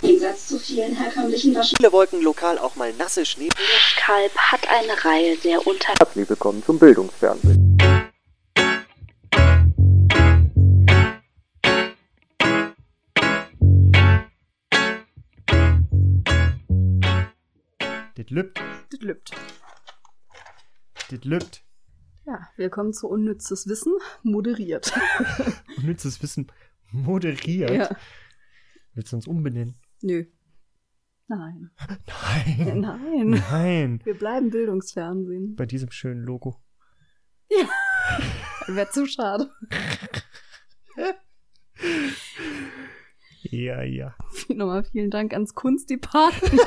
Gegensatz zu vielen herkömmlichen Waschen. Viele Wolken lokal auch mal nasse Schnee. Kalb hat eine Reihe der unter Herzlich willkommen zum Bildungsfernsehen. Das lübt, Das lübt. das lübt. Ja, willkommen zu Unnützes Wissen, moderiert. Unnützes Wissen moderiert. Ja. Willst du uns umbenennen? Nö. Nein. Nein. Nein. Hm. Nein. Wir bleiben Bildungsfernsehen. Bei diesem schönen Logo. Wäre zu schade. Ja, ja. Nochmal vielen Dank ans Kunstdepartment.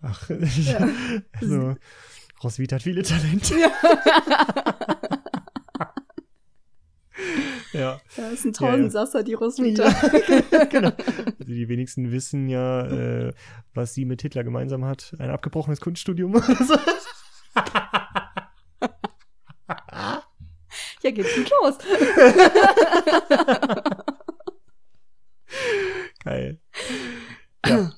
Ach, also, Roswitha hat viele Talente. Ja. Da ist Ja, ja. ein Tausendsasser, die Roswitha. genau. Also die wenigsten wissen ja, äh, was sie mit Hitler gemeinsam hat. Ein abgebrochenes Kunststudium. Ja, geht's gut los. Geil. Ja.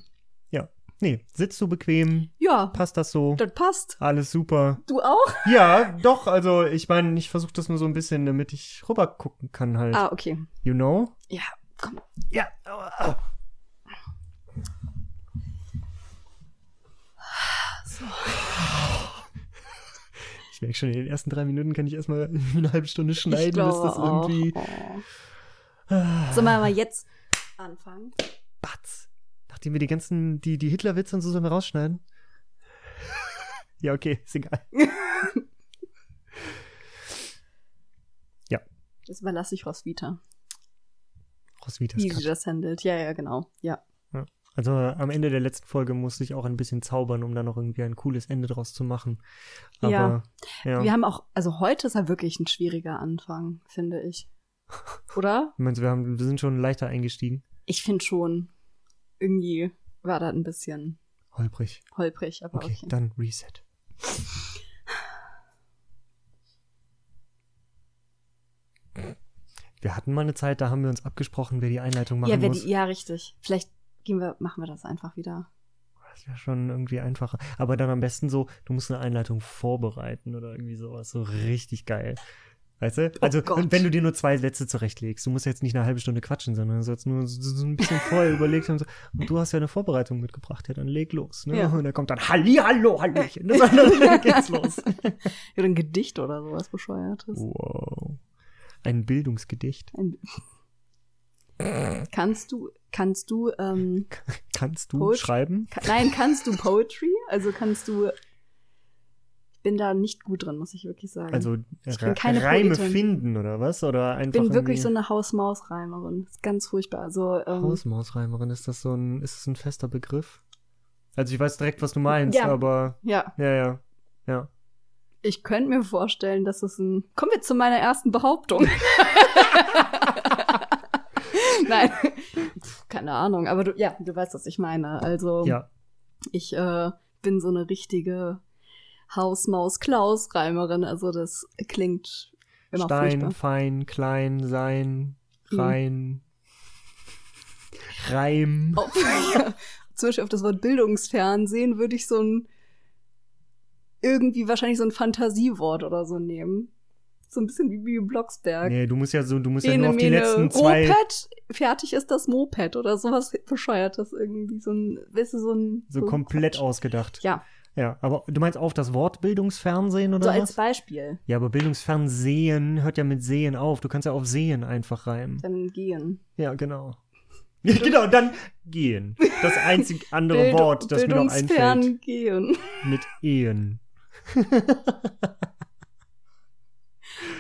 ja. Nee, sitzt so bequem, Ja, passt das so, das passt. alles super. Du auch? Ja, doch, also ich meine, ich versuche das nur so ein bisschen, damit ich rüber gucken kann halt. Ah, okay. You know? Ja, komm. Ja. Ich merke schon, in den ersten drei Minuten kann ich erstmal eine halbe Stunde schneiden, ich glaube bis das auch. irgendwie. Oh. Ah, Sollen wir mal jetzt anfangen? Batz. Nachdem wir die ganzen, die, die Hitler-Witze und so sollen wir rausschneiden. ja, okay, ist egal. Das überlasse ich Roswitha. Roswitha Wie ist sie grad- das handelt. Ja, ja, genau. Ja. Also äh, am Ende der letzten Folge musste ich auch ein bisschen zaubern, um da noch irgendwie ein cooles Ende draus zu machen. Aber Ja. ja. Wir haben auch, also heute ist ja wirklich ein schwieriger Anfang, finde ich. Oder? Meinst du, wir, haben, wir sind schon leichter eingestiegen? Ich finde schon, irgendwie war das ein bisschen Holprig. holprig, aber Okay, okay. dann Reset. Wir hatten mal eine Zeit, da haben wir uns abgesprochen, wer die Einleitung machen Ja, wer muss. die, ja, richtig. Vielleicht gehen wir, machen wir das einfach wieder. Das wäre schon irgendwie einfacher. Aber dann am besten so, du musst eine Einleitung vorbereiten oder irgendwie sowas. So richtig geil. Weißt du? Also, Oh Gott. und wenn du dir nur zwei Sätze zurechtlegst, du musst jetzt nicht eine halbe Stunde quatschen, sondern du sollst nur so, so ein bisschen vorher überlegt haben. So, und du hast ja eine Vorbereitung mitgebracht, ja, dann leg los. Ne? Ja. genau. Und dann kommt dann Halli, hallo, Hallöchen. Das andere, dann geht's los. Oder ein Gedicht oder sowas Bescheuertes. Oh. Wow. Ein Bildungsgedicht. Ein, kannst du, kannst du, ähm, Kannst du Poetry. schreiben? ka nein, kannst du Poetry? Also kannst du, ich bin da nicht gut drin, muss ich wirklich sagen. Also Ich Re bin keine Reime Poetin. finden oder was? Oder einfach ich bin wirklich irgendwie- so eine Haus-Maus-Reimerin. Ist ganz furchtbar. Also, ähm, Hausmausreimerin, ist das so ein, ist das ein fester Begriff? Also ich weiß direkt, was du meinst, Ja. aber ja, ja, ja, ja. ich könnte mir vorstellen, dass es ein. Kommen wir zu meiner ersten Behauptung. Nein, Pff, keine Ahnung, aber du, ja, du weißt, was ich meine. Also, Ja, ich äh, bin so eine richtige Hausmaus-Klaus-Reimerin. Also, das klingt immer Stein, furchtbar. fein, klein, sein, Mhm. rein, Reim. Auf, zum Beispiel auf das Wort Bildungsfernsehen würde ich so ein irgendwie wahrscheinlich so ein Fantasiewort oder so nehmen. So ein bisschen wie Bibi Blocksberg. Nee, du musst ja so, du musst ja Ene, nur auf die mene, letzten zwei, Moped, fertig ist das Moped oder sowas bescheuertes irgendwie. So ein, weißt du, so ein. so komplett Quatsch. ausgedacht. Ja, Ja, aber du meinst auf das Wort Bildungsfernsehen oder so was? als Beispiel. Ja, aber Bildungsfernsehen hört ja mit Sehen auf. Du kannst ja auf Sehen einfach reimen. Dann gehen. Ja, genau. genau, dann gehen. Das einzig andere Bild- Wort, das mir noch einfällt. Bildungsfern gehen. Mit Ehen.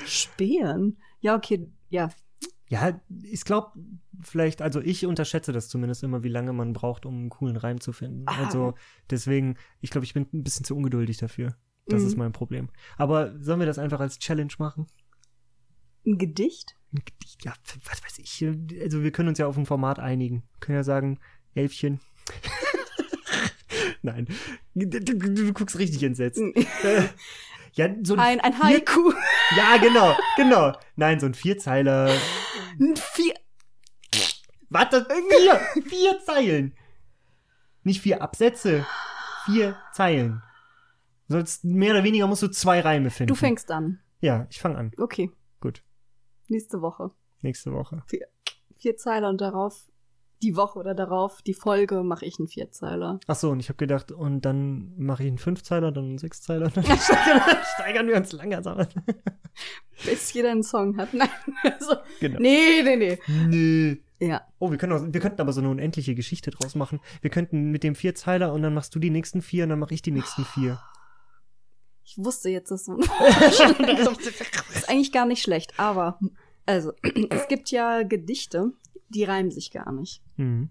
Spähen. Ja, okay, ja. Ja, ich glaube, vielleicht, also ich unterschätze das zumindest immer, wie lange man braucht, um einen coolen Reim zu finden. Ah. Also deswegen, ich glaube, ich bin ein bisschen zu ungeduldig dafür. Das Mhm. ist mein Problem. Aber sollen wir das einfach als Challenge machen? Ein Gedicht? Ein Gedicht? Ja, was weiß ich. Also wir können uns ja auf ein Format einigen. Wir können ja sagen, Elfchen. Nein. Du, du, du guckst richtig entsetzt. Ja, so ein, Ein, ein Haiku. ja, genau, genau. Nein, so ein Vierzeiler. Ein Vier. Warte, vier, vier Zeilen. Nicht vier Absätze, vier Zeilen. Sonst mehr oder weniger musst du zwei Reime finden. Du fängst an. Ja, ich fange an. Okay. Gut. Nächste Woche. Nächste Woche. Vierzeiler und darauf die Woche oder darauf die Folge mache ich einen Vierzeiler. Ach so, und ich habe gedacht, und dann mache ich einen Fünfzeiler, dann einen Sechszeiler, und dann steigern, steigern wir uns langsam. Bis jeder einen Song hat. Nein. Also, Genau. nee, nee, nee. Nö. Ja. Oh, wir, können auch, wir könnten aber so eine unendliche Geschichte draus machen. Wir könnten mit dem Vierzeiler und dann machst du die nächsten vier und dann mache ich die nächsten vier. Ich wusste jetzt, dass so ist eigentlich gar nicht schlecht, aber also es gibt ja Gedichte, die reimen sich gar nicht. Mhm.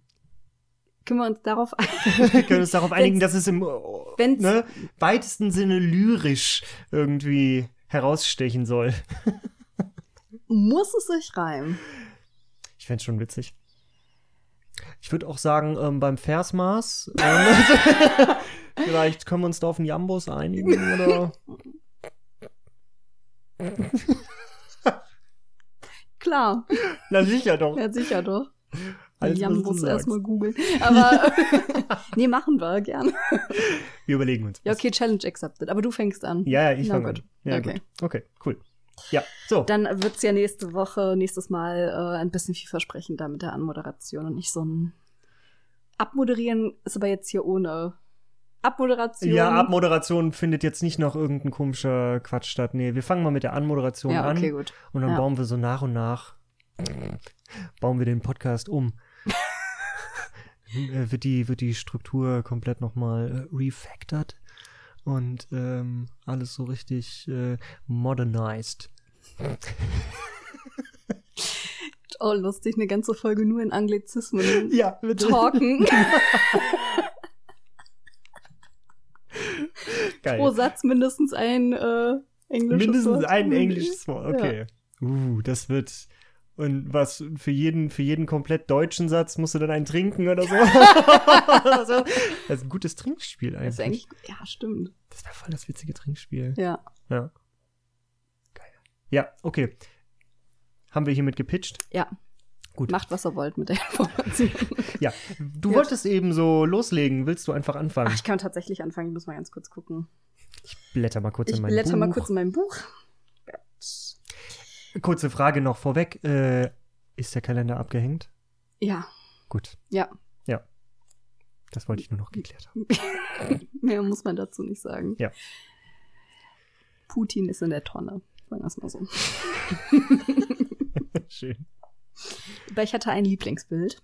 Können wir uns darauf ein? Wir können uns darauf einigen, dass Wenn's- es im wenn's- ne, weitesten Sinne lyrisch irgendwie herausstechen soll. Muss es sich reimen? Ich fänd's schon witzig. Ich würde auch sagen, ähm, beim Versmaß, ähm, vielleicht können wir uns da auf einen Jambos einigen oder. Klar, Na sicher doch. Halt, ja sicher doch. Alles, Jan was du muss sagst. erstmal googeln. Aber nee, machen wir gerne. Wir überlegen uns. Ja, was. okay, Challenge accepted. Aber du fängst an. Ja, ja, ich Na fange gut. an. Ja, Okay. gut. Okay, cool. Ja, so. Dann wird's ja nächste Woche, nächstes Mal äh, ein bisschen vielversprechender mit der Anmoderation und nicht so ein Abmoderieren ist aber jetzt hier ohne Abmoderation. ja, Abmoderation findet jetzt nicht noch irgendein komischer Quatsch statt. Nee, wir fangen mal mit der Anmoderation Ja, an. okay, gut. Und dann Ja. bauen wir so nach und nach, bauen wir den Podcast um. Äh, wird, die, wird die Struktur komplett nochmal äh, refactored und ähm, alles so richtig äh, modernized. Oh, lustig, eine ganze Folge nur in Anglizismen Ja, mit talken. Geil. Pro Satz mindestens ein äh, englisches Mindestens Wort. ein englisches Wort, okay. Uh, das wird. Und was für jeden, für jeden komplett deutschen Satz musst du dann einen trinken oder so. Oder so. das ist ein gutes Trinkspiel Das ist eigentlich. eigentlich, ja, stimmt. Das wäre voll das witzige Trinkspiel. Ja. Ja. Geil. Ja, okay. Haben wir hiermit gepitcht? Ja. Gut. Macht, was ihr wollt mit der Information. Ja. Du Gut. wolltest eben so loslegen. Willst du einfach anfangen? Ach, ich kann tatsächlich anfangen, ich muss mal ganz kurz gucken. blätter mal kurz Ich in mein blätter Buch. mal kurz in meinem Buch. Kurze Frage noch vorweg. Äh, ist der Kalender abgehängt? Ja, Gut. Ja. Ja. Das wollte ich nur noch geklärt haben. mehr muss man dazu nicht sagen. Ja. Putin ist in der Tonne, sagen wir es mal so. Schön. Aber ich hatte ein Lieblingsbild.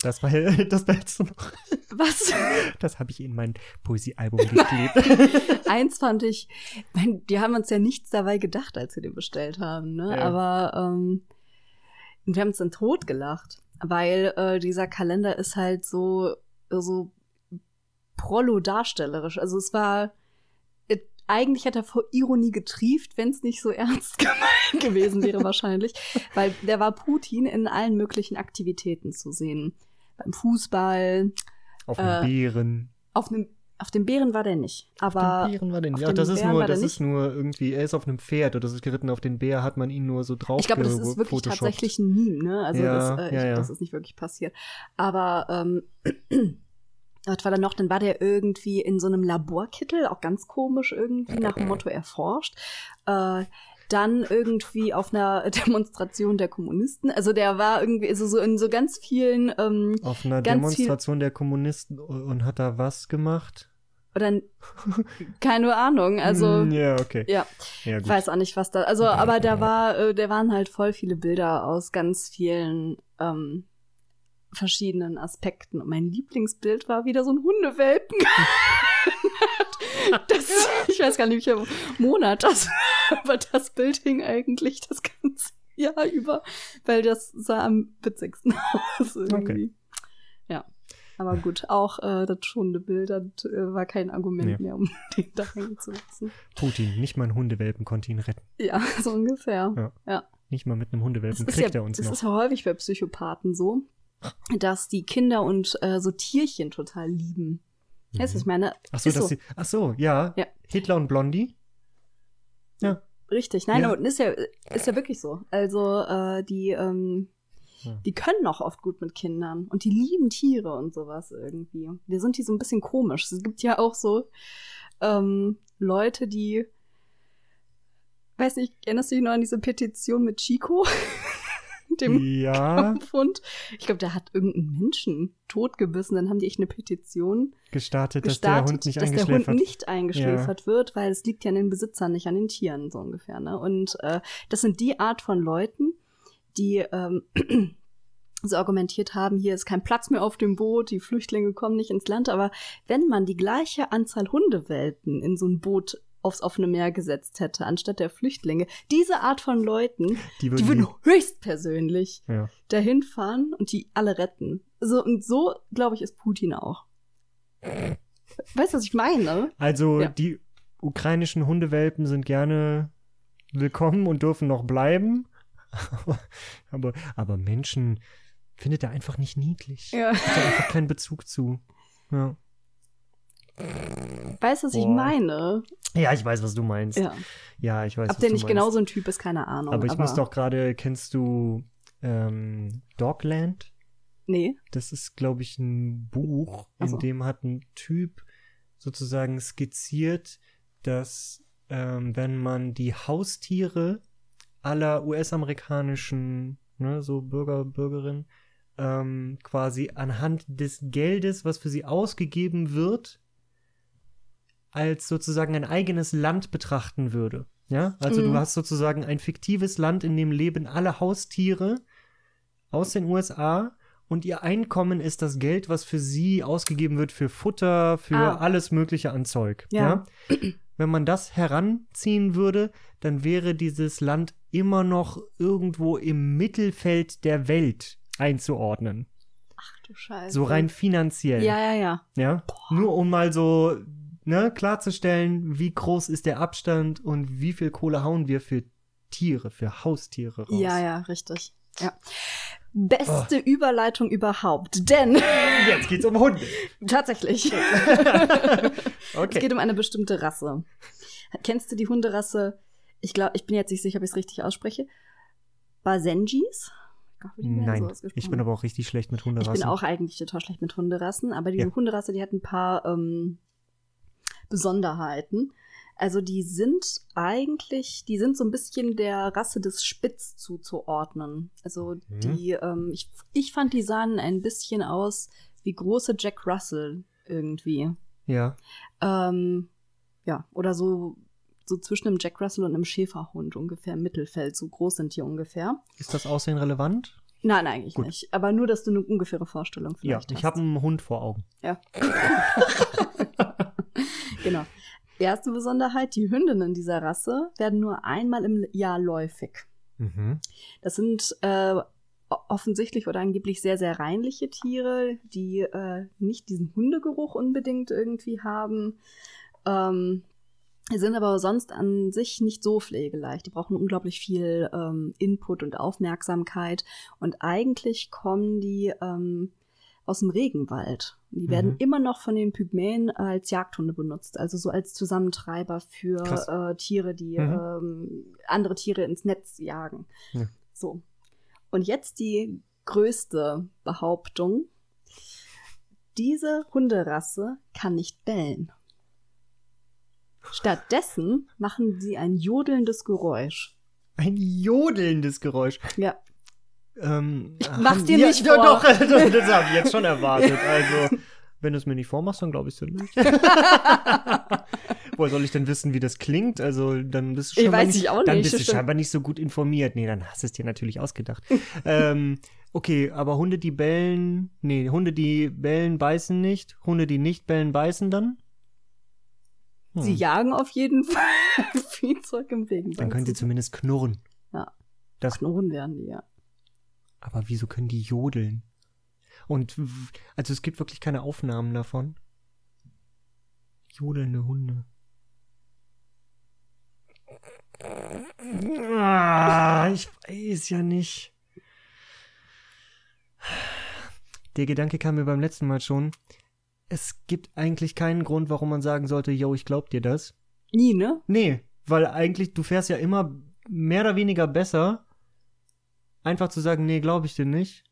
Das, war, das behältst du noch. Was? Das habe ich in mein Poesiealbum geklebt. Eins fand ich, ich mein, die haben uns ja nichts dabei gedacht, als wir den bestellt haben, ne? Ja. Aber ähm, wir haben uns dann tot gelacht, weil äh, dieser Kalender ist halt so, so prollo-darstellerisch. Also es war, it, eigentlich hat er vor Ironie getrieft, wenn es nicht so ernst gemeint gewesen wäre wahrscheinlich, weil der war Putin in allen möglichen Aktivitäten zu sehen. Beim Fußball, Auf dem Äh, Bären. auf einem, auf dem Bären war der nicht, Auf aber dem Bären war denn? auf Ja, dem das ist Bären nur, war der das ist nicht. nur irgendwie, er ist auf einem Pferd oder das ist geritten auf den Bär, hat man ihn nur so drauf Ich glaube, das ist wirklich gefotoshoppt. tatsächlich ein Meme, ne? Also Ja, das, äh, ja, ich, ja. das ist nicht wirklich passiert. Aber ähm, was war dann noch? Dann war der irgendwie in so einem Laborkittel, auch ganz komisch irgendwie, nach dem Motto erforscht. Äh, dann irgendwie auf einer Demonstration der Kommunisten. Also der war irgendwie also so in so ganz vielen ähm, Auf einer Ganz viel- Demonstration der Kommunisten und hat da was gemacht? oder keine Ahnung. Also Hm, Ja, okay. ja. Ja, Ich gut. weiß auch nicht, was da. Also, aber da war, äh, da waren halt voll viele Bilder aus ganz vielen ähm, verschiedenen Aspekten. Und mein Lieblingsbild war wieder so ein Hundewelpen. das, ich weiß gar nicht, welcher Monat das war, aber das Bild hing eigentlich das ganze Jahr über, weil das sah am witzigsten aus irgendwie. Ja. Aber gut, auch äh, das schonende Bild, das äh, war kein Argument Nee. mehr, um den da hängen zu lassen. Putin, nicht mal ein Hundewelpen konnte ihn retten. Ja, so ungefähr. Nicht mal mit einem Es Hundewelpen ist, kriegt ja, er uns es noch. ist ja häufig bei Psychopathen so, dass die Kinder und äh, so Tierchen total lieben. Weißt du, ich Mhm. meine, Ach so, ist dass so. sie, ach so, ja. Ja. Hitler und Blondie? richtig. Nein, Ja. und ist ja, ist ja wirklich so. Also äh, die ähm, Ja. Die können auch oft gut mit Kindern und die lieben Tiere und sowas irgendwie. Wir sind die so ein bisschen komisch. Es gibt ja auch so ähm, Leute, die. Weiß nicht, erinnerst du dich noch an diese Petition mit Chico? Dem Ja, Kampfhund? Ich glaube, der hat irgendeinen Menschen totgebissen. Dann haben die echt eine Petition gestartet, dass der gestartet, Hund nicht dass der Hund eingeschläfert. nicht eingeschläfert wird, weil es liegt ja an den Besitzern, nicht an den Tieren so ungefähr. Ne? Und äh, das sind die Art von Leuten, die ähm, so argumentiert haben, hier ist kein Platz mehr auf dem Boot, die Flüchtlinge kommen nicht ins Land. Aber wenn man die gleiche Anzahl Hundewelpen in so ein Boot aufs offene Meer gesetzt hätte, anstatt der Flüchtlinge, diese Art von Leuten, Die die würden, würden höchstpersönlich ja. dahin fahren und die alle retten. So und so, glaube ich, ist Putin auch. Weißt du, was ich meine? Also Ja. die ukrainischen Hundewelpen sind gerne willkommen und dürfen noch bleiben. aber, aber Menschen findet er einfach nicht niedlich. Ja. Hat er einfach keinen Bezug zu. Ja. Weißt du, was ich Boah. meine? ja, ich weiß, was du meinst. Ja, Ja. ich weiß, was Ob du der nicht meinst. genau so ein Typ ist, keine Ahnung. aber ich muss doch gerade, kennst du ähm, Dogland? Nee. Das ist, glaube ich, ein Buch, in Ach so. dem hat ein Typ sozusagen skizziert, dass ähm, wenn man die Haustiere aller US-amerikanischen ne, so Bürger, Bürgerinnen ähm, quasi anhand des Geldes, was für sie ausgegeben wird, als sozusagen ein eigenes Land betrachten würde. Ja, also du Mhm. hast sozusagen ein fiktives Land, in dem leben alle Haustiere aus den USA und ihr Einkommen ist das Geld, was für sie ausgegeben wird für Futter, für Ah. alles Mögliche an Zeug. Ja. ja? Wenn man das heranziehen würde, dann wäre dieses Land immer noch irgendwo im Mittelfeld der Welt einzuordnen. Ach du Scheiße. So rein finanziell. Also, Ja, ja, ja. Ja? Nur um mal so ne, klarzustellen, wie groß ist der Abstand und wie viel Kohle hauen wir für Tiere, für Haustiere raus. Ja, ja, richtig. Ja. Beste Überleitung überhaupt. Denn Jetzt geht's um Hunde. tatsächlich, es Okay. geht um eine bestimmte Rasse. Kennst du die Hunderasse? Ich glaube, ich bin jetzt nicht sicher, ob ich es richtig ausspreche. Basenjis? Ich glaub, die werden so Nein, ich ausgesprochen. bin aber auch richtig schlecht mit Ich Hunderassen. bin auch eigentlich total schlecht mit Hunderassen, aber diese Ja. Hunderasse, die hat ein paar ähm, Besonderheiten. Also die sind eigentlich, die sind so ein bisschen der Rasse des Spitz zuzuordnen. Also Mhm. die, ähm, ich, ich fand, die sahen ein bisschen aus wie große Jack Russell irgendwie. Ja, Ähm, ja, oder so, so zwischen einem Jack Russell und einem Schäferhund ungefähr im Mittelfeld. So groß sind die ungefähr. ist das Aussehen relevant? Nein, eigentlich Gut. nicht. Aber nur, dass du eine ungefähre Vorstellung Ja, vielleicht ich hast. habe einen Hund vor Augen. Genau. Erste Besonderheit, die Hündinnen dieser Rasse werden nur einmal im Jahr läufig. Mhm. Das sind äh, offensichtlich oder angeblich sehr, sehr reinliche Tiere, die äh, nicht diesen Hundegeruch unbedingt irgendwie haben. Ähm, die sind aber sonst an sich nicht so pflegeleicht. Die brauchen unglaublich viel ähm, Input und Aufmerksamkeit. Und eigentlich kommen die ähm, aus dem Regenwald. Die werden Mhm. immer noch von den Pygmäen als Jagdhunde benutzt, also so als Zusammentreiber für Krass. äh, Tiere, die ähm, andere Tiere ins Netz jagen. Mhm. Ja. So. Und jetzt die größte Behauptung. Diese Hunderasse kann nicht bellen. Stattdessen machen sie ein jodelndes Geräusch. Ein jodelndes Geräusch. Ja. Ähm, mach's haben- dir ja, nicht ja, vor. Doch, das habe ich jetzt schon erwartet. Also, wenn du es mir nicht vormachst, dann glaube ich dir nicht. Woher soll ich denn wissen, wie das klingt? Also, dann bist du Ich scheinbar, weiß nicht, ich auch dann nicht, bist du stimmt. scheinbar nicht so gut informiert. Nee, dann hast du es dir natürlich ausgedacht. ähm, okay, aber Hunde, die bellen, nee, Hunde, die bellen, beißen nicht. Hunde, die nicht bellen, beißen dann? Hm. Sie jagen auf jeden Fall Viehzeug im Regenwald. Dann können sie zumindest knurren. Ja. Das, Knurren werden die, ja. aber wieso können die jodeln? Und w- also es gibt wirklich keine Aufnahmen davon. Jodelnde Hunde. Ah, ich weiß ja nicht. Der Gedanke kam mir beim letzten Mal schon. Es gibt eigentlich keinen Grund, warum man sagen sollte, yo, ich glaub dir das. Nie, ne? Nee, weil eigentlich, du fährst ja immer mehr oder weniger besser, einfach zu sagen, nee, glaube ich dir nicht,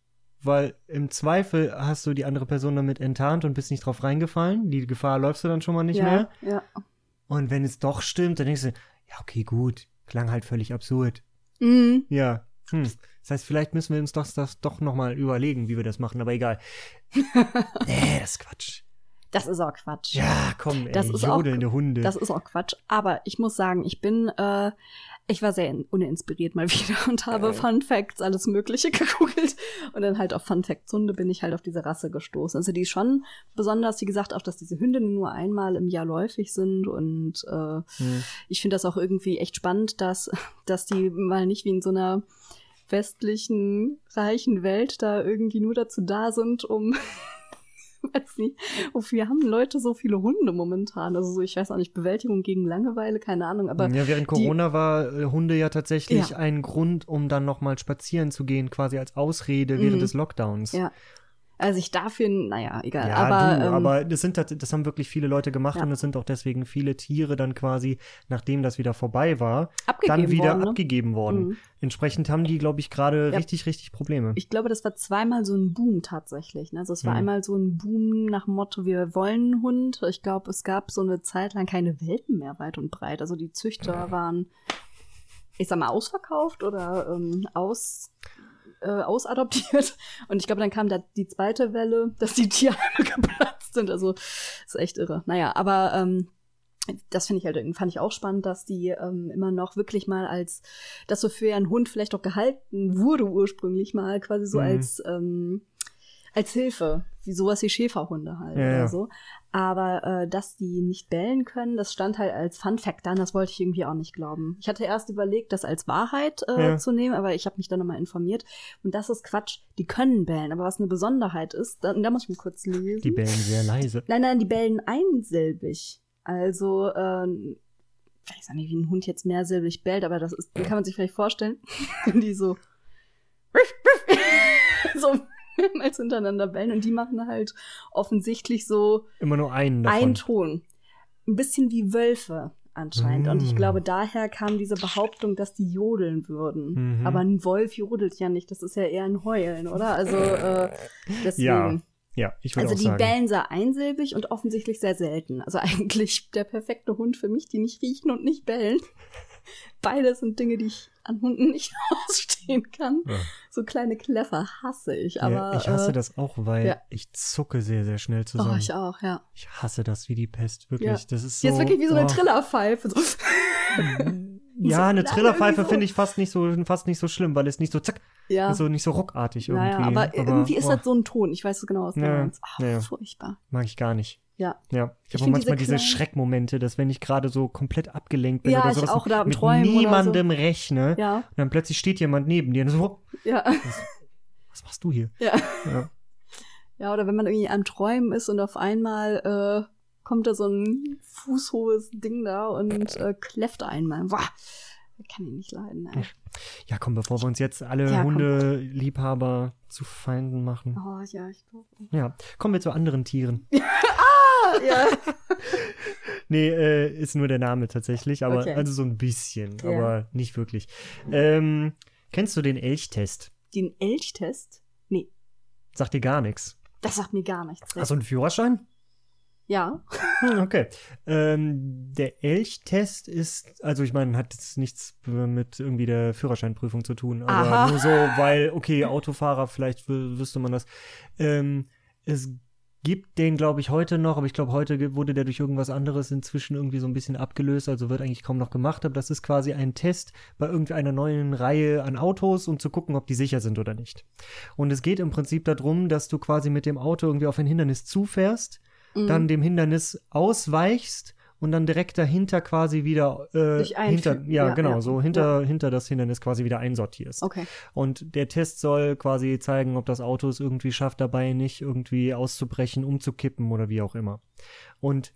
weil im Zweifel hast du die andere Person damit enttarnt und bist nicht drauf reingefallen. Die Gefahr läufst du dann schon mal nicht ja, mehr. Ja. Und wenn es doch stimmt, dann denkst du, ja, okay, gut, klang halt völlig absurd. Mhm. Ja. Hm. Das heißt, vielleicht müssen wir uns das, das doch nochmal überlegen, wie wir das machen, aber egal. nee, das ist Quatsch. Das ist auch Quatsch. Ja, komm, ey, Das ist auch- jodelnde Hunde. Das ist auch Quatsch. Aber ich muss sagen, ich bin, äh, ich war sehr in- uninspiriert mal wieder und habe Fun Facts, alles Mögliche gegoogelt. Und dann halt auf Fun Facts Hunde bin ich halt auf diese Rasse gestoßen. Also die ist schon besonders, wie gesagt, auch, dass diese Hunde nur einmal im Jahr läufig sind. Und äh, Hm. ich finde das auch irgendwie echt spannend, dass, dass die mal nicht wie in so einer westlichen, reichen Welt da irgendwie nur dazu da sind, um weiß nicht, wofür haben Leute so viele Hunde momentan? Also so, ich weiß auch nicht, Bewältigung gegen Langeweile, keine Ahnung, aber ja, während Corona war äh, Hunde ja tatsächlich Ja. ein Grund, um dann nochmal spazieren zu gehen, quasi als Ausrede während Mhm. des Lockdowns. Ja. also ich dafür, naja, egal. Ja, aber, du, ähm, aber das, sind, tat- das haben wirklich viele Leute gemacht Ja. und es sind auch deswegen viele Tiere dann quasi, nachdem das wieder vorbei war, abgegeben dann wieder worden, ne? abgegeben worden. Mhm. Entsprechend haben die, glaube ich, gerade Ja. richtig, richtig Probleme. Ich glaube, das war zweimal so ein Boom tatsächlich. Ne? Also es war Mhm. einmal so ein Boom nach dem Motto, wir wollen einen Hund. Ich glaube, es gab so eine Zeit lang keine Welpen mehr weit und breit. Also die Züchter waren, ich sag mal, ausverkauft oder ähm, aus, äh, ausadoptiert. Und ich glaube, dann kam da die zweite Welle, dass die Tierheime geplatzt sind. Also ist echt irre. Naja, aber ähm, das finde ich halt irgendwie, fand ich auch spannend, dass die ähm, immer noch wirklich mal als, dass so für einen Hund vielleicht auch gehalten wurde ursprünglich mal, quasi so Mhm. als, ähm, als Hilfe, wie sowas wie Schäferhunde halt Ja, oder ja. so. Aber äh, dass die nicht bellen können, das stand halt als Fun Fact an, das wollte ich irgendwie auch nicht glauben. Ich hatte erst überlegt, das als Wahrheit äh, Ja. zu nehmen, aber ich habe mich dann nochmal informiert. Und das ist Quatsch, die können bellen, aber was eine Besonderheit ist, da, da muss ich mal kurz lesen. Die bellen sehr leise. Nein, nein, die bellen einsilbig. Also, ähm, ich weiß auch nicht, wie ein Hund jetzt mehrsilbig bellt, aber das ist, kann man sich vielleicht vorstellen, wenn die so, so mehrmals hintereinander bellen und die machen halt offensichtlich so Immer nur einen davon. einen Ton. Ein bisschen wie Wölfe anscheinend. Und ich Mm. glaube, daher kam diese Behauptung, dass die jodeln würden. Mhm. Aber ein Wolf jodelt ja nicht, das ist ja eher ein Heulen, oder? Also, äh, deswegen. ja, ich würde Also auch die sagen. bellen sehr einsilbig und offensichtlich sehr selten. Also eigentlich der perfekte Hund für mich, die nicht riechen und nicht bellen. Beides sind Dinge, die ich an Hunden nicht ausstehen kann. Ja. So kleine Kleffer hasse ich, aber ja, ich hasse äh, das auch, weil ja. ich zucke sehr, sehr schnell zusammen. Oh, ich, ich auch, ja. hasse das wie die Pest, wirklich. Ja. Das ist so, Die ist wirklich wie so eine oh. Trillerpfeife. So. Ja, eine Nein, Trillerpfeife irgendwie so. finde ich fast nicht so fast nicht so schlimm, weil es nicht so zack, ja. ist so nicht so ruckartig irgendwie. naja, aber, irgendwie ist boah, das so ein Ton. Ich weiß genau, was du Ja, meinst. Ah, ja, ja. Furchtbar. mag ich gar nicht. Ja. Ja, ich Ich habe find manchmal diese diese, kleinen- Schreckmomente, dass wenn ich gerade so komplett abgelenkt bin Ja, oder ich sowas auch, oder am mit Träumen oder so. niemandem rechne Ja, und dann plötzlich steht jemand neben dir und so, "Oh, ja. was machst du hier? Ja. Ja. Ja, oder wenn man irgendwie am Träumen ist und auf einmal äh, kommt da so ein fußhohes Ding da und äh, kläfft einmal. Boah, kann ich nicht leiden. Ey. Ja, komm, bevor wir uns jetzt alle Ja, komm. Hundeliebhaber zu Feinden machen. Oh ja, ich glaube. Ja, kommen wir zu anderen Tieren. ah, Ja. Nee, äh, ist nur der Name tatsächlich, aber Okay. also so ein bisschen, Ja. aber nicht wirklich. Ähm, kennst du den Elchtest? Den Elchtest? Sagt dir gar nichts. Das sagt mir gar nichts. Hast du einen Führerschein? Ja. Hm, okay. Ähm, der Elchtest ist, also ich meine, hat jetzt nichts mit irgendwie der Führerscheinprüfung zu tun, aber Aha. nur so, weil, okay, Autofahrer, vielleicht wü- wüsste man das. Ähm, es gibt den, glaube ich, heute noch, aber ich glaube, heute ge- wurde der durch irgendwas anderes inzwischen irgendwie so ein bisschen abgelöst, also wird eigentlich kaum noch gemacht, aber das ist quasi ein Test bei irgendeiner neuen Reihe an Autos, um zu gucken, ob die sicher sind oder nicht. Und es geht im Prinzip darum, dass du quasi mit dem Auto irgendwie auf ein Hindernis zufährst Mhm. dann dem Hindernis ausweichst und dann direkt dahinter quasi wieder äh, Dich einfügen. hinter, ja, Ja, genau ja. so hinter hinter das Hindernis quasi wieder einsortierst Okay. und der Test soll quasi zeigen, ob das Auto es irgendwie schafft dabei nicht irgendwie auszubrechen, umzukippen oder wie auch immer. Und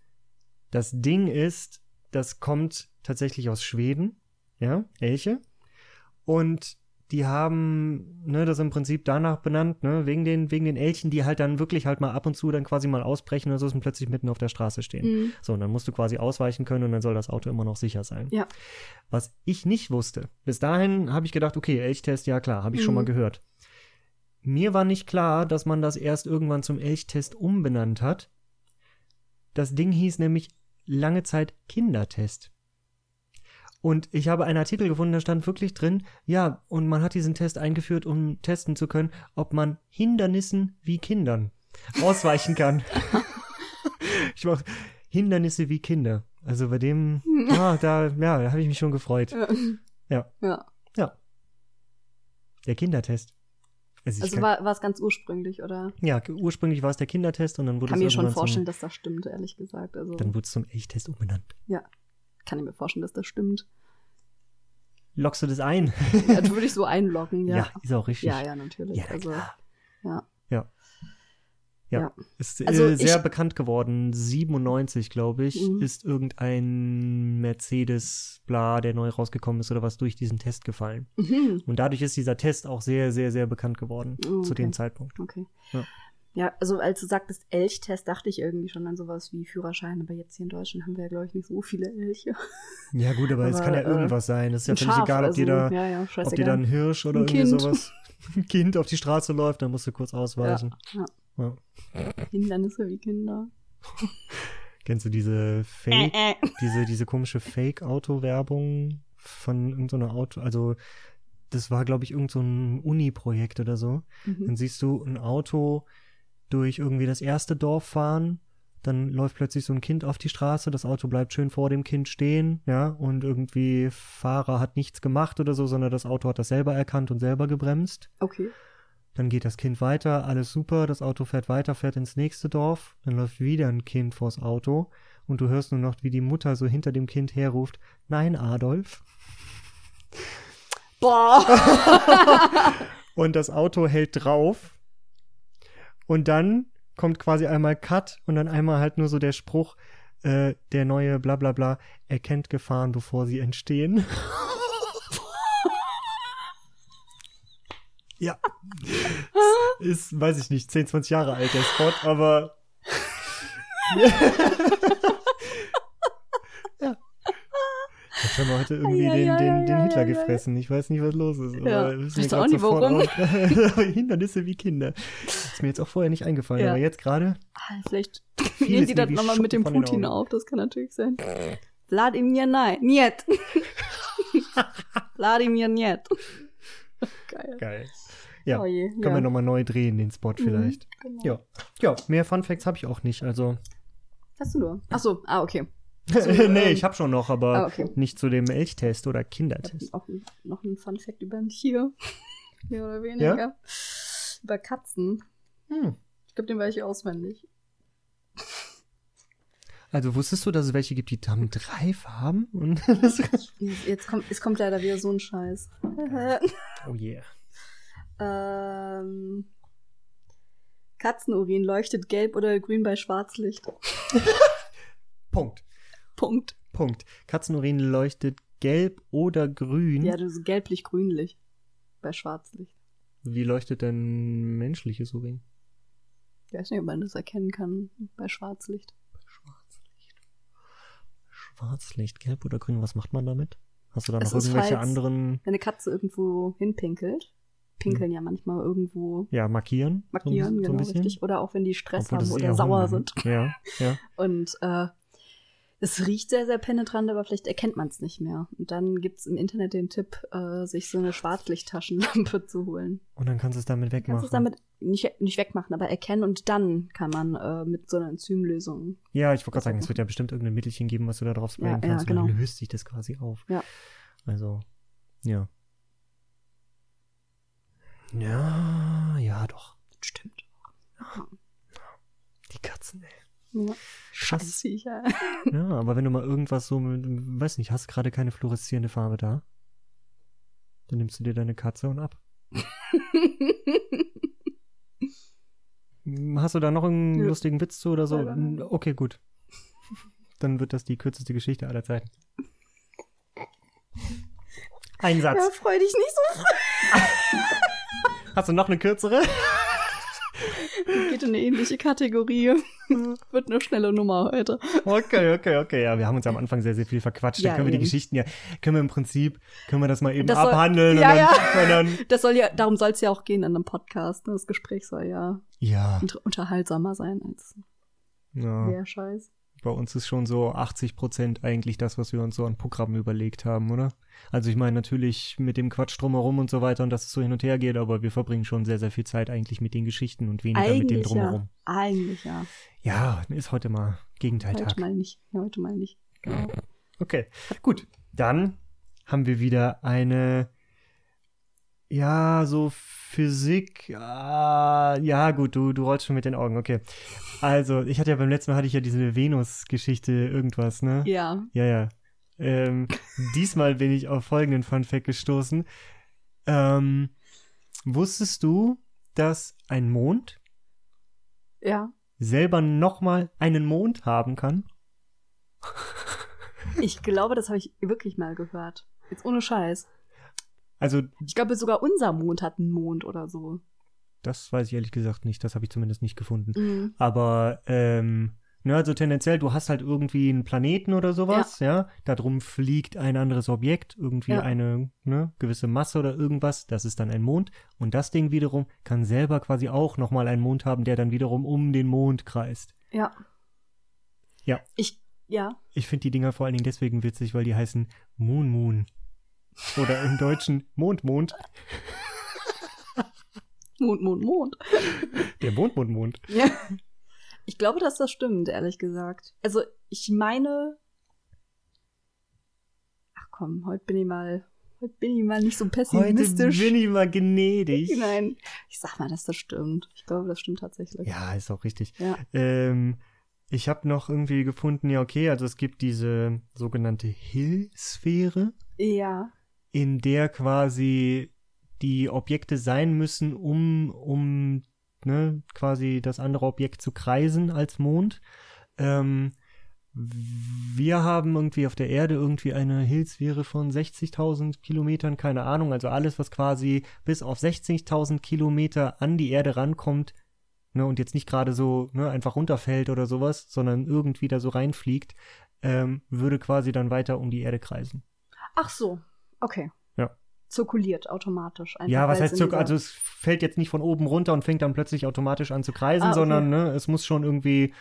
das Ding ist, das kommt tatsächlich aus Schweden, ja, Elche und die haben ne, das im Prinzip danach benannt, ne, wegen den, wegen den Elchen, die halt dann wirklich halt mal ab und zu dann quasi mal ausbrechen oder so und plötzlich mitten auf der Straße stehen. Mhm. So, und dann musst du quasi ausweichen können und dann soll das Auto immer noch sicher sein. Ja. Was ich nicht wusste, bis dahin habe ich gedacht, okay, Elchtest, ja klar, habe ich schon Mhm. mal gehört. Mir war nicht klar, dass man das erst irgendwann zum Elchtest umbenannt hat. Das Ding hieß nämlich lange Zeit Kindertest. Und ich habe einen Artikel gefunden, da stand wirklich drin, ja, und man hat diesen Test eingeführt, um testen zu können, ob man Hindernissen wie Kindern ausweichen kann. ich mach Hindernisse wie Kinder. Also bei dem, Hm. ah, da, ja, da habe ich mich schon gefreut. Ja. ja. Der Kindertest. Also ich Also kann, war war es ganz ursprünglich, oder? ja, ursprünglich war es der Kindertest und dann wurde Kann mir es schon irgendwann vorstellen, dass das stimmt, ehrlich gesagt. Also zum, dann wurde es zum Elchtest umbenannt. kann ich mir vorstellen, dass das stimmt. Lockst du das ein? Ja, das würde ich so einloggen, ja. ist auch richtig. Ja, ja, natürlich. Ja, na also, klar. ja. Ja. Ja. Ja. Ist Also äh, sehr ich- bekannt geworden. 97, glaube ich, Mhm. ist irgendein Mercedes, bla, der neu rausgekommen ist oder was, durch diesen Test gefallen. Mhm. Und dadurch ist dieser Test auch sehr, sehr, sehr bekannt geworden Oh, zu okay. dem Zeitpunkt. Okay. Ja. Ja. also als du sagtest Elchtest, dachte ich irgendwie schon an sowas wie Führerschein, aber jetzt hier in Deutschland haben wir ja, glaube ich, nicht so viele Elche. Ja, gut, aber, es Aber, kann ja äh, irgendwas sein. Es ist ja Ein völlig Schaf egal, ob oder dir da, so. ja, ja, ob dir da ein Hirsch oder Ein irgendwie Kind. sowas, ein Kind auf die Straße läuft, dann musst du kurz ausweichen. ja, Ja. ja. Hindernisse wie Kinder. Kennst du diese Fake, Äh, diese, diese komische Fake-Auto-Werbung von irgendeiner Auto, also das war, glaube ich, irgendein so ein Uni-Projekt oder so. Dann Mhm. siehst du ein Auto durch irgendwie das erste Dorf fahren, dann läuft plötzlich so ein Kind auf die Straße, das Auto bleibt schön vor dem Kind stehen, ja, und irgendwie Fahrer hat nichts gemacht oder so, sondern das Auto hat das selber erkannt und selber gebremst. Okay. Dann geht das Kind weiter, alles super, das Auto fährt weiter, fährt ins nächste Dorf, dann läuft wieder ein Kind vors Auto und du hörst nur noch, wie die Mutter so hinter dem Kind herruft, nein, Adolf. Boah. und das Auto hält drauf. Und dann kommt quasi einmal Cut und dann einmal halt nur so der Spruch, äh, der neue bla bla bla, erkennt Gefahren, bevor sie entstehen. ja. Ist, weiß ich nicht, 10, 20 Jahre alt der Spot, aber. ja. Jetzt haben wir heute irgendwie Ei, ei, den, ei, den, ei, den ei, Hitler ei, ei. gefressen. Ich weiß nicht, was los ist. Aber Ja, ist mir ich weiß auch grad nicht, sofort warum. auf- Hindernisse wie Kinder. Ist mir jetzt auch vorher nicht eingefallen, Ja. aber jetzt gerade. Ah, Vielleicht Vieles nehmen die mir das wie nochmal mit Schuppen dem von den Putin Augen. auf, das kann natürlich sein. Wladimir, nein. Niet. Wladimir, niet. Geil. Geil. Ja, Oh je, können ja. wir nochmal neu drehen, den Spot vielleicht. genau. Ja. Ja, mehr Fun Facts habe ich auch nicht. Also. Hast du nur? Ach so, ah, okay. nee, ähm, ich habe schon noch, aber ah, okay. nicht zu dem Elchtest oder Ich habe Kindertest. auch n- noch einen Fun Fact über ein Tier. Mehr oder weniger. Über Katzen. Hm. Ich glaube, den war ich auswendig. Also wusstest du, dass es welche gibt, die haben drei Farben? Und Jetzt jetzt kommt, es kommt leider wieder so ein Scheiß. oh yeah. ähm, Katzenurin leuchtet gelb oder grün bei Schwarzlicht. Punkt. Punkt. Punkt. Katzenurin leuchtet gelb oder grün. Ja, das ist gelblich-grünlich bei Schwarzlicht. Wie leuchtet denn menschliches Urin? Ich weiß nicht, ob man das erkennen kann bei Schwarzlicht. Schwarzlicht. Schwarzlicht, gelb oder grün, was macht man damit? Hast du da Es noch ist, irgendwelche falls- anderen, Wenn eine Katze irgendwo hinpinkelt, pinkeln ja manchmal irgendwo ja, markieren? So ein markieren, Hm. bisschen- so ein genau bisschen? richtig. Oder auch wenn die Stress Obwohl, das haben ist oder eher sauer Hunde, ne? sind. Ja, ja. Und äh, es riecht sehr, sehr penetrant, aber vielleicht erkennt man es nicht mehr. Und dann gibt es im Internet den Tipp, äh, sich so eine Schwarzlichttaschenlampe zu holen. Und dann kannst du es damit Du kannst wegmachen. es damit nicht, nicht wegmachen, aber erkennen und dann kann man äh, mit so einer Enzymlösung. ja, ich wollte gerade sagen, es wird ja bestimmt irgendein Mittelchen geben, was du da drauf sprayen Ja, ja, kannst. Und dann genau. löst sich das quasi auf. Ja. Also, ja. Ja, ja, doch. Stimmt. Die Katzen, ey. Ja. Scheiße. Sicher. Ja, aber wenn du mal irgendwas so mit, weiß nicht, hast gerade keine fluoreszierende Farbe da, dann nimmst du dir deine Katze und ab. Hast du da noch einen Nö. lustigen Witz zu oder so? Leider nicht. Okay, gut. Dann wird das die kürzeste Geschichte aller Zeiten. Ein ja, Satz. freu dich nicht so früh. Hast du noch eine kürzere? Geht in eine ähnliche Kategorie. Wird eine schnelle Nummer heute. Okay, okay, okay. Ja, wir haben uns am Anfang sehr, sehr viel verquatscht. Ja, dann können wir die eben. Geschichten ja, können wir im Prinzip, können wir das mal eben Das soll- abhandeln Ja, und, ja. dann, und dann. Das soll ja, darum soll es ja auch gehen in einem Podcast. Ne? Das Gespräch soll ja Ja, unter- unterhaltsamer sein als ja. der Scheiß. Bei uns ist schon so 80 Prozent eigentlich das, was wir uns so an Programmen überlegt haben, oder? Also ich meine natürlich mit dem Quatsch drumherum und so weiter und dass es so hin und her geht, aber wir verbringen schon sehr, sehr viel Zeit eigentlich mit den Geschichten und weniger mit dem Eigentlich ja. drumherum. Eigentlich ja. Ja, ist heute mal Gegenteiltag. Heute mal nicht. Ja, heute mal nicht. Genau. Okay, gut. Dann haben wir wieder eine, ja, so Physik. Ah, ja, gut, du, du rollst schon mit den Augen, okay. Also, ich hatte ja beim letzten Mal hatte ich ja diese Venus-Geschichte irgendwas, ne? Ja. Ja, ja. Ähm, diesmal bin ich auf folgenden Funfact gestoßen. Ähm, wusstest du, dass ein Mond Ja. selber nochmal einen Mond haben kann? Ich glaube, das habe ich wirklich mal gehört. Jetzt ohne Scheiß. Also, Ich glaube, sogar unser Mond hat einen Mond oder so. das weiß ich ehrlich gesagt nicht. Das habe ich zumindest nicht gefunden. Mhm. Aber, ähm, ne, also tendenziell, du hast halt irgendwie einen Planeten oder sowas, ja. Darum fliegt ein anderes Objekt, irgendwie Ja. eine ne, gewisse Masse oder irgendwas. Das ist dann ein Mond. Und das Ding wiederum kann selber quasi auch nochmal einen Mond haben, der dann wiederum um den Mond kreist. Ja. Ja. Ich, ja. Ich finde die Dinger vor allen Dingen deswegen witzig, weil die heißen Moon Moon. Oder im Deutschen Mond Mond. Mond, Mond, Mond. Der Mond Mond Mond. Ja. Ich glaube, dass das stimmt, ehrlich gesagt. Also, ich meine. Ach komm, heute bin ich mal. Heute bin ich mal nicht so pessimistisch. Heute bin ich mal gnädig. Nein. Ich sag mal, dass das stimmt. Ich glaube, das stimmt tatsächlich. Ja, ist auch richtig. Ja. Ähm, ich habe noch irgendwie gefunden, ja, okay, also es gibt diese sogenannte Hill-Sphäre, Ja. in der quasi die Objekte sein müssen, um, um ne, quasi das andere Objekt zu kreisen als Mond. Ähm, wir haben irgendwie auf der Erde irgendwie eine Hill-Sphäre von 60.000 Kilometern, keine Ahnung, also alles, was quasi bis auf 60.000 Kilometer an die Erde rankommt, ne, und jetzt nicht gerade so ne, einfach runterfällt oder sowas, sondern irgendwie da so reinfliegt, ähm, würde quasi dann weiter um die Erde kreisen. Ach so. Okay. Ja. Zirkuliert automatisch. Einfach, Ja, was weil's heißt in Zirkel? dieser- Also es fällt jetzt nicht von oben runter und fängt dann plötzlich automatisch an zu kreisen, Ah, okay. sondern ne, es muss schon irgendwie,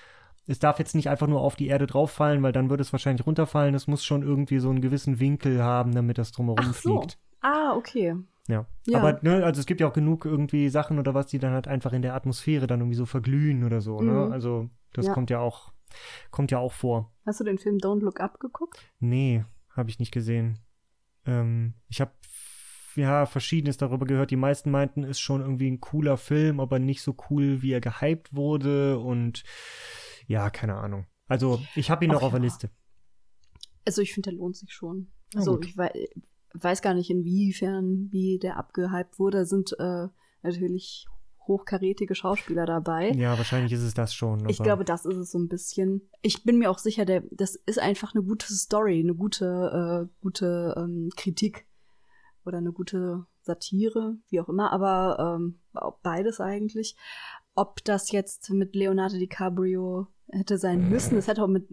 es darf jetzt nicht einfach nur auf die Erde drauffallen, weil dann würde es wahrscheinlich runterfallen. Es muss schon irgendwie so einen gewissen Winkel haben, damit das drumherum Ach so. fliegt. Ah, okay. Ja. Ja. Aber ne, also es gibt ja auch genug irgendwie Sachen oder was, die dann halt einfach in der Atmosphäre dann irgendwie so verglühen oder so. Ne? Mhm. Also das Ja. kommt ja auch, kommt ja auch vor. Hast du den Film Don't Look Up geguckt? Nee, habe ich nicht gesehen. Ähm, ich habe ja verschiedenes darüber gehört. Die meisten meinten, ist schon irgendwie ein cooler Film, aber nicht so cool, wie er gehypt wurde und ja, keine Ahnung. Also, ich habe ihn Ach noch auf der ja. Liste. Also ich finde, der lohnt sich schon. Na also gut. ich wei weiß gar nicht, inwiefern wie der abgehypt wurde. Da Sind äh, natürlich hochkarätige Schauspieler dabei. Ja, wahrscheinlich ist es das schon. Ich aber- glaube, das ist es so ein bisschen. Ich bin mir auch sicher, der, das ist einfach eine gute Story, eine gute, äh, gute ähm, Kritik oder eine gute Satire, wie auch immer, aber ähm, auch beides eigentlich. Ob das jetzt mit Leonardo DiCaprio hätte sein müssen, das hätte auch mit,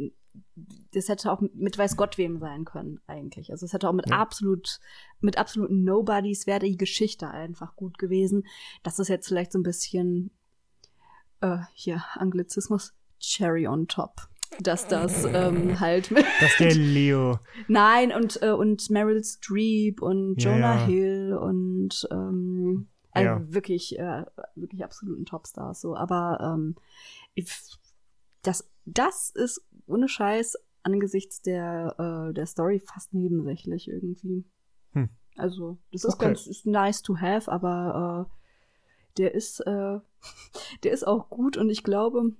das hätte auch mit weiß Gott wem sein können, eigentlich. Also es hätte auch mit Ja. absolut, mit absoluten Nobodies wäre die Geschichte einfach gut gewesen. Das ist jetzt vielleicht so ein bisschen äh, hier, Anglizismus, Cherry on top. Dass das ähm, halt mit. dass der Leo. Nein, und, äh, und Meryl Streep und Ja, Jonah ja. Hill und ähm, also Ja. wirklich, äh, wirklich absoluten Topstars so. Aber ähm, ich- das, das ist ohne Scheiß angesichts der, äh, der Story fast nebensächlich irgendwie. Hm. Also, das ist Okay. ganz ist nice to have, aber äh, der ist, äh, der ist auch gut und ich glaube,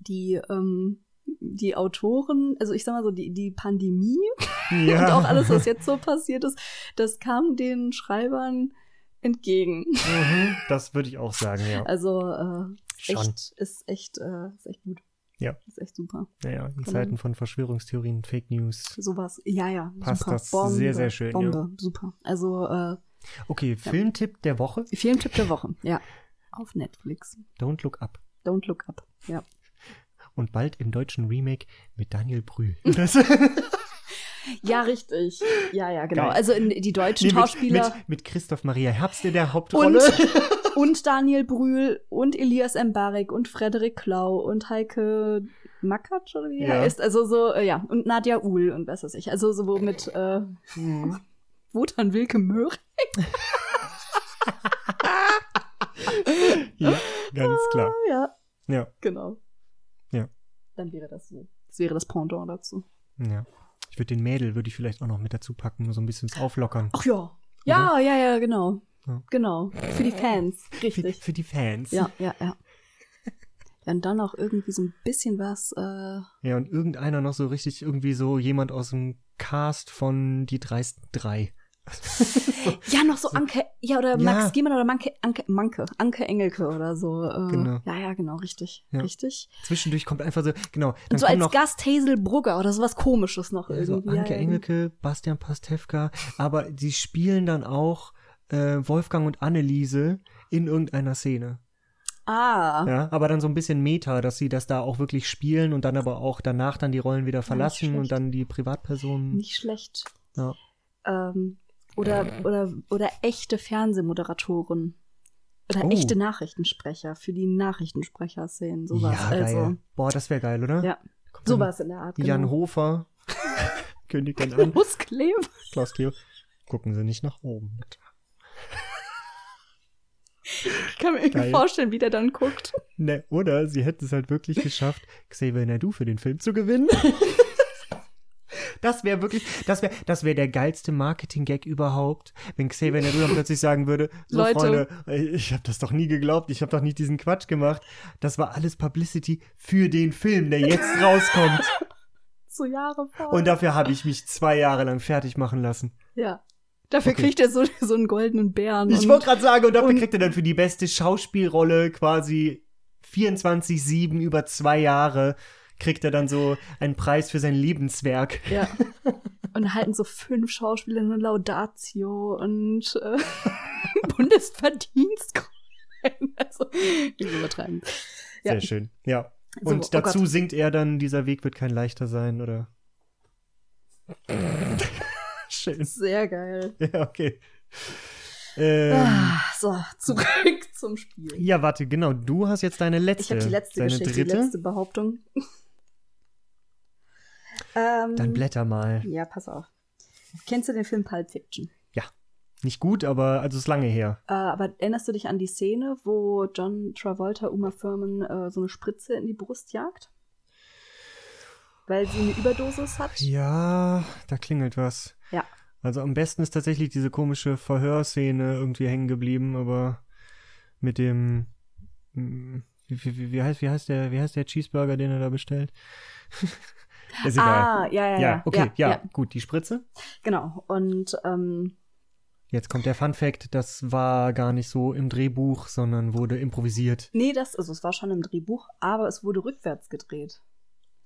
die, ähm, die Autoren, also ich sag mal so, die, die Pandemie Ja. und auch alles, was jetzt so passiert ist, das kam den Schreibern entgegen. Mhm, das würde ich auch sagen, ja. Also äh, Schon. echt, ist echt, äh, ist echt gut. Ja. Ist echt super. Naja, in genau. Zeiten von Verschwörungstheorien, Fake News. Sowas, ja, ja. Passt super. das sehr, sehr schön, Bombe, super. Also äh, Okay, Filmtipp der Woche. Filmtipp der Woche, ja. Auf Netflix. Don't Look Up. Don't look up. Ja. Und bald im deutschen Remake mit Daniel Brühl. Das, Ja, richtig. Ja, ja, genau. Geil. Also in, die deutschen nee, mit, Schauspieler mit, mit Christoph Maria Herbst in der und, Hauptrolle. und Daniel Brühl und Elias Mbarek und Frederik Klau und Heike Mackert oder wie Ja. er heißt. Also so, äh, ja. Und Nadja Uhl und was weiß ich. Also so mit äh, Mhm. Wotan Wilke Möhring. ja, ganz klar. Ja, Oh Ja, genau. Ja. Dann wäre das so. Das wäre das Pendant dazu. ja. Ich würde den Mädel würde ich vielleicht auch noch mit dazu packen, nur so ein bisschen ins Auflockern. Ach ja. Ja, ja, ja, genau. Ja. Genau. Für die Fans. Für, Richtig. für die Fans. Ja, ja, ja. Ja, und dann auch irgendwie so ein bisschen was, äh, ja, und irgendeiner noch so richtig, irgendwie so jemand aus dem Cast von Die dreisten drei. so, ja, noch so Anke, ja, oder Max Ja. Giemann oder Manke, Anke, Manke, Anke Engelke oder so. Äh, Genau. Ja, ja, genau, richtig, Ja. richtig. zwischendurch kommt einfach so, genau. Dann Und so kommen als noch, Gast Hazel Brugger oder sowas komisches noch Also irgendwie. Anke ja, ja. Engelke, Bastian Pastewka, aber die spielen dann auch äh, Wolfgang und Anneliese in irgendeiner Szene. Ah, Ja, aber dann so ein bisschen Meta, dass sie das da auch wirklich spielen und dann aber auch danach dann die Rollen wieder verlassen und schlecht. dann die Privatpersonen. nicht schlecht. Ja. Äh. Ähm, oder, oder, oder echte Fernsehmoderatoren. Oder Oh. echte Nachrichtensprecher für die Nachrichtensprecher-Szenen, sowas. ja, geil. also, Boah, das wäre geil, oder? Ja. Kommt dann sowas in der Art. Jan genau. Hofer kündigt dann an. Muskleber. Klaus Theo. Gucken Sie nicht nach oben. Ich kann mir irgendwie Geil. vorstellen, wie der dann guckt. Ne, oder sie hätten es halt wirklich geschafft, Xavier Naidoo für den Film zu gewinnen. Das wäre wirklich, das wäre das wär der geilste Marketing-Gag überhaupt, wenn Xavier Naidoo dann plötzlich sagen würde, so Leute. Freunde, ich habe das doch nie geglaubt, ich habe doch nicht diesen Quatsch gemacht. Das war alles Publicity für den Film, der jetzt rauskommt. So Jahre vor. Und dafür habe ich mich zwei Jahre lang fertig machen lassen. ja. Dafür Okay. kriegt er so, so einen goldenen Bären. Ich und- wollte gerade sagen, und dafür und- kriegt er dann für die beste Schauspielrolle quasi 24-7 über zwei Jahre, kriegt er dann so einen Preis für sein Lebenswerk. ja. Und halten so fünf Schauspieler eine Laudatio und äh, Bundesverdienstkreuz. Also, wir übertreiben. Ja. Sehr schön. Ja. So, Und oh dazu Gott. singt er dann, dieser Weg wird kein leichter sein, oder? schön. Sehr geil. Ja, okay. Ähm, Ah, so, zurück zum Spiel. ja, warte, genau. Du hast jetzt deine letzte. Ich habe die letzte äh, deine Geschichte, dritte. die letzte Behauptung. ähm, Dann blätter mal. ja, pass auf. Kennst du den Film Pulp Fiction? Nicht gut, aber also ist lange her. Äh, aber erinnerst du dich an die Szene, wo John Travolta Uma Thurman äh, so eine Spritze in die Brust jagt? Weil sie eine Überdosis hat? Ja, da klingelt was. Ja. Also am besten ist tatsächlich diese komische Verhörszene irgendwie hängen geblieben, aber mit dem mm, wie, wie, wie, wie heißt wie heißt der wie heißt der Cheeseburger, den er da bestellt? ist egal. Ah, ja, ja, ja. ja, okay, ja, ja. gut, die Spritze. Genau. Und ähm, Jetzt kommt der Fun Fact, das war gar nicht so im Drehbuch, sondern wurde improvisiert. nee, das, also es war schon im Drehbuch, aber es wurde rückwärts gedreht.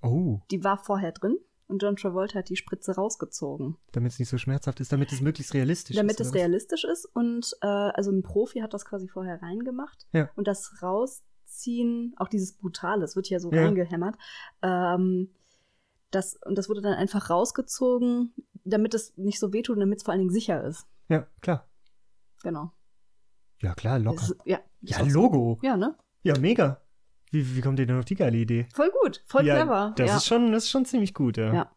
Oh, Die war vorher drin und John Travolta hat die Spritze rausgezogen. damit es nicht so schmerzhaft ist, damit es möglichst realistisch damit ist. es oder was? realistisch ist und äh, also ein Profi hat das quasi vorher reingemacht Ja. und das rausziehen, auch dieses brutale, es wird ja so Ja. reingehämmert, ähm, das und das wurde dann einfach rausgezogen, damit es nicht so wehtut und damit es vor allen Dingen sicher ist. Ja, klar. Genau. Ja, klar, Das locker. ist- ja. Ja, Logo. Ja, ne? Ja, mega. Wie, wie kommt ihr denn auf die geile Idee? Voll gut, voll ja, clever. Das, ja. ist schon, das ist schon ziemlich gut, ja. Ja.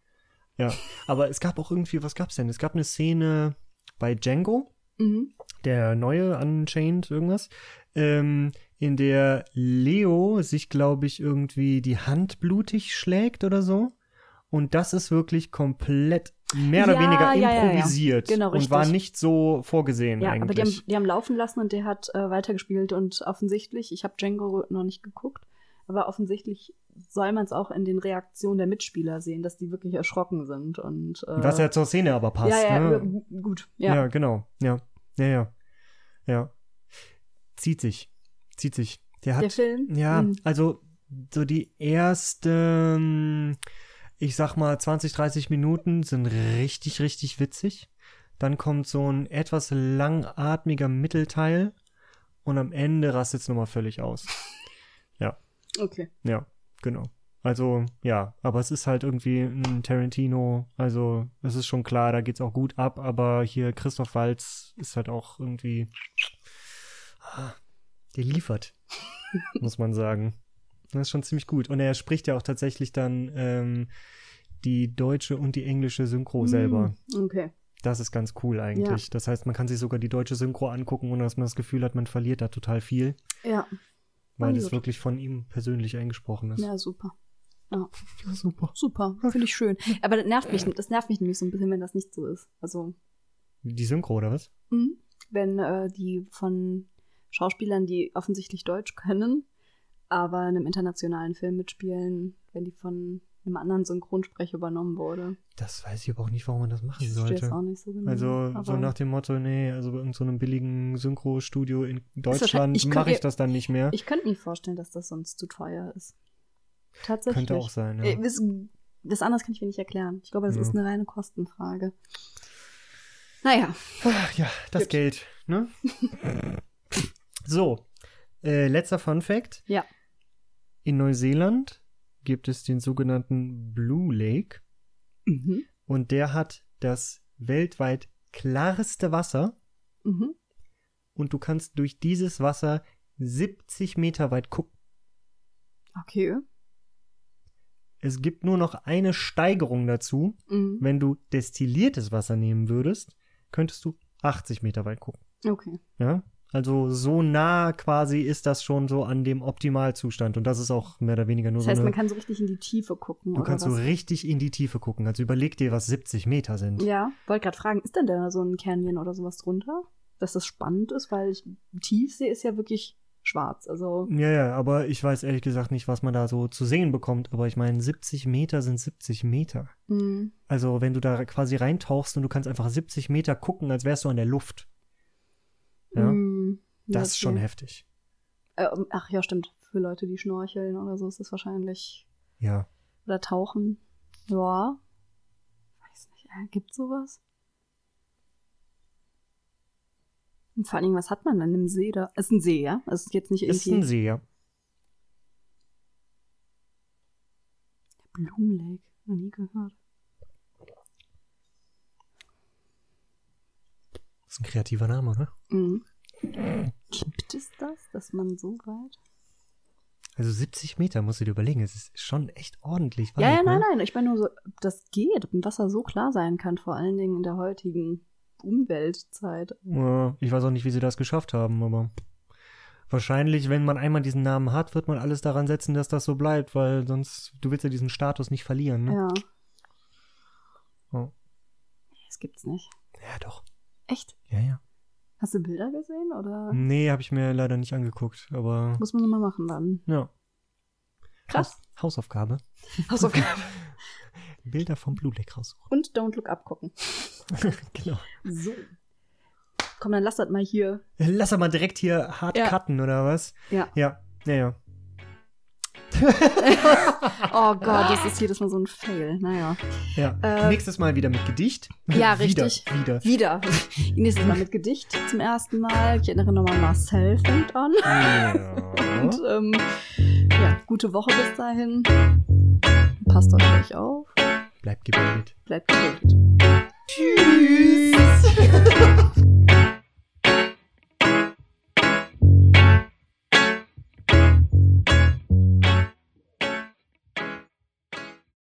Ja, aber es gab auch irgendwie, was gab's denn? Es gab eine Szene bei Django, mhm. der neue Unchained irgendwas, ähm, in der Leo sich, glaube ich, irgendwie die Hand blutig schlägt oder so. Und das ist wirklich komplett mehr oder Ja, weniger ja, ja, ja. improvisiert Genau, und richtig. war nicht so vorgesehen ja aber die eigentlich. haben, die haben laufen lassen und der hat äh, weitergespielt und offensichtlich, ich habe Django noch nicht geguckt, aber offensichtlich soll man es auch in den Reaktionen der Mitspieler sehen, dass die wirklich erschrocken sind und äh, was ja zur Szene aber passt. ja, ja, ne? gu- gut, Ja. ja. genau. Ja. Ja, ja. Ja. Zieht sich. Zieht sich. Der der hat. Film. ja, Mhm. also so die ersten, ich sag mal, 20, 30 Minuten sind richtig, richtig witzig. Dann kommt so ein etwas langatmiger Mittelteil. Und am Ende rastet es nochmal völlig aus. Okay. Ja, genau. Also, ja, aber es ist halt irgendwie ein Tarantino. Also, es ist schon klar, da geht's auch gut ab, aber hier Christoph Walz ist halt auch irgendwie. ah, Der liefert, muss man sagen. Das ist schon ziemlich gut. Und er spricht ja auch tatsächlich dann ähm, die deutsche und die englische Synchro Oh, selber. Hm, Okay. Das ist ganz cool eigentlich. Das heißt, man kann sich sogar die deutsche Synchro angucken, ohne dass man das Gefühl hat, man verliert da total viel, Ja. weil Ah, es gut. wirklich von ihm persönlich eingesprochen ist. Ja, super. ja super. Super. Finde ich schön. Aber das nervt mich, das nervt mich nämlich so ein bisschen, wenn das nicht so ist. Also, Die Synchro, oder was? Mhm. Wenn äh, die von Schauspielern, die offensichtlich Deutsch können, aber in einem internationalen Film mitspielen, wenn die von einem anderen Synchronsprecher übernommen wurde. Das weiß ich aber auch nicht, warum man das machen Ich verstehe das sollte. auch nicht so genau. Also aber so nach dem Motto, nee, also bei irgendeinem so einem billigen Synchro-Studio in wahrscheinlich- Deutschland ich mache könnte- ich das dann nicht mehr. ich könnte mir vorstellen, dass das sonst zu teuer ist. Tatsächlich. Könnte auch sein, Äh, ja. Das, das anders kann ich mir nicht erklären. Ich glaube, das Ja. ist eine reine Kostenfrage. Naja, Ach Ah, ja, das Gut. Geld, ne? so, äh, letzter Fun Fact. Ja. In Neuseeland gibt es den sogenannten Blue Lake mhm. und der hat das weltweit klarste Wasser Mhm. und du kannst durch dieses Wasser 70 Meter weit gucken. okay. Es gibt nur noch eine Steigerung dazu. Mhm. Wenn du destilliertes Wasser nehmen würdest, könntest du 80 Meter weit gucken. Okay. Ja? Also so nah quasi ist das schon so an dem Optimalzustand. Und das ist auch mehr oder weniger nur Das heißt, so man eine. kann so richtig in die Tiefe gucken. du oder kannst so was? richtig in die Tiefe gucken. Also überleg dir, was 70 Meter sind. Ja, wollte gerade fragen, ist denn da so ein Canyon oder sowas drunter? Dass das spannend ist, weil ich, Tiefsee ist ja wirklich schwarz. Also, Ja, ja, aber ich weiß ehrlich gesagt nicht, was man da so zu sehen bekommt. Aber ich meine, 70 Meter sind 70 Meter. mh, Also wenn du da quasi reintauchst und du kannst einfach 70 Meter gucken, als wärst du an der Luft. Ja, mh, das ist schon mm, okay. heftig. Ähm, ach ja, stimmt. Für Leute, die schnorcheln oder so, ist das wahrscheinlich. Ja. Oder tauchen. Ja. Weiß nicht, äh, gibt's sowas? Und vor allen Dingen, was hat man denn im See da? Ist ein See, ja? Es ist jetzt nicht Ist ein irgendwie See, ja. Bloom Lake. Noch nie gehört. Ist ein kreativer Name, oder? Mhm. Gibt es das, dass man so weit Also 70 Meter, musst du dir überlegen. Es ist schon echt ordentlich weit. Ja, ja, nein, ne? nein. Ich meine nur so, ob das geht, ob ein Wasser so klar sein kann, vor allen Dingen in der heutigen Umweltzeit. Ja, ne? Ich weiß auch nicht, wie sie das geschafft haben, aber wahrscheinlich, wenn man einmal diesen Namen hat, wird man alles daran setzen, dass das so bleibt, weil sonst, du willst ja diesen Status nicht verlieren, ne? Ja. Oh. Das gibt's nicht. Ja, doch. Echt? Ja, ja. Hast du Bilder gesehen oder Nee, habe ich mir leider nicht angeguckt, aber muss man nochmal machen dann? ja. Krass. Haus Hausaufgabe. Hausaufgaben. Bilder vom Blue Lake raussuchen. Und Don't Look Up gucken. genau. So. Komm, dann lass das mal hier. Lass aber mal direkt hier hart Ja. cutten, oder was? Ja. Ja, ja, ja. Oh Gott, das ist jedes Mal so ein Fail. Naja. ja. Äh, Nächstes Mal wieder mit Gedicht. Ja, wieder, richtig. Wieder. Wieder. Nächstes Mal mit Gedicht zum ersten Mal. Ich erinnere nochmal, Marcel fängt an. Ja. Und ähm, ja, gute Woche bis dahin. Passt auf euch auf. Bleibt gebildet. Bleibt gesund. Tschüss.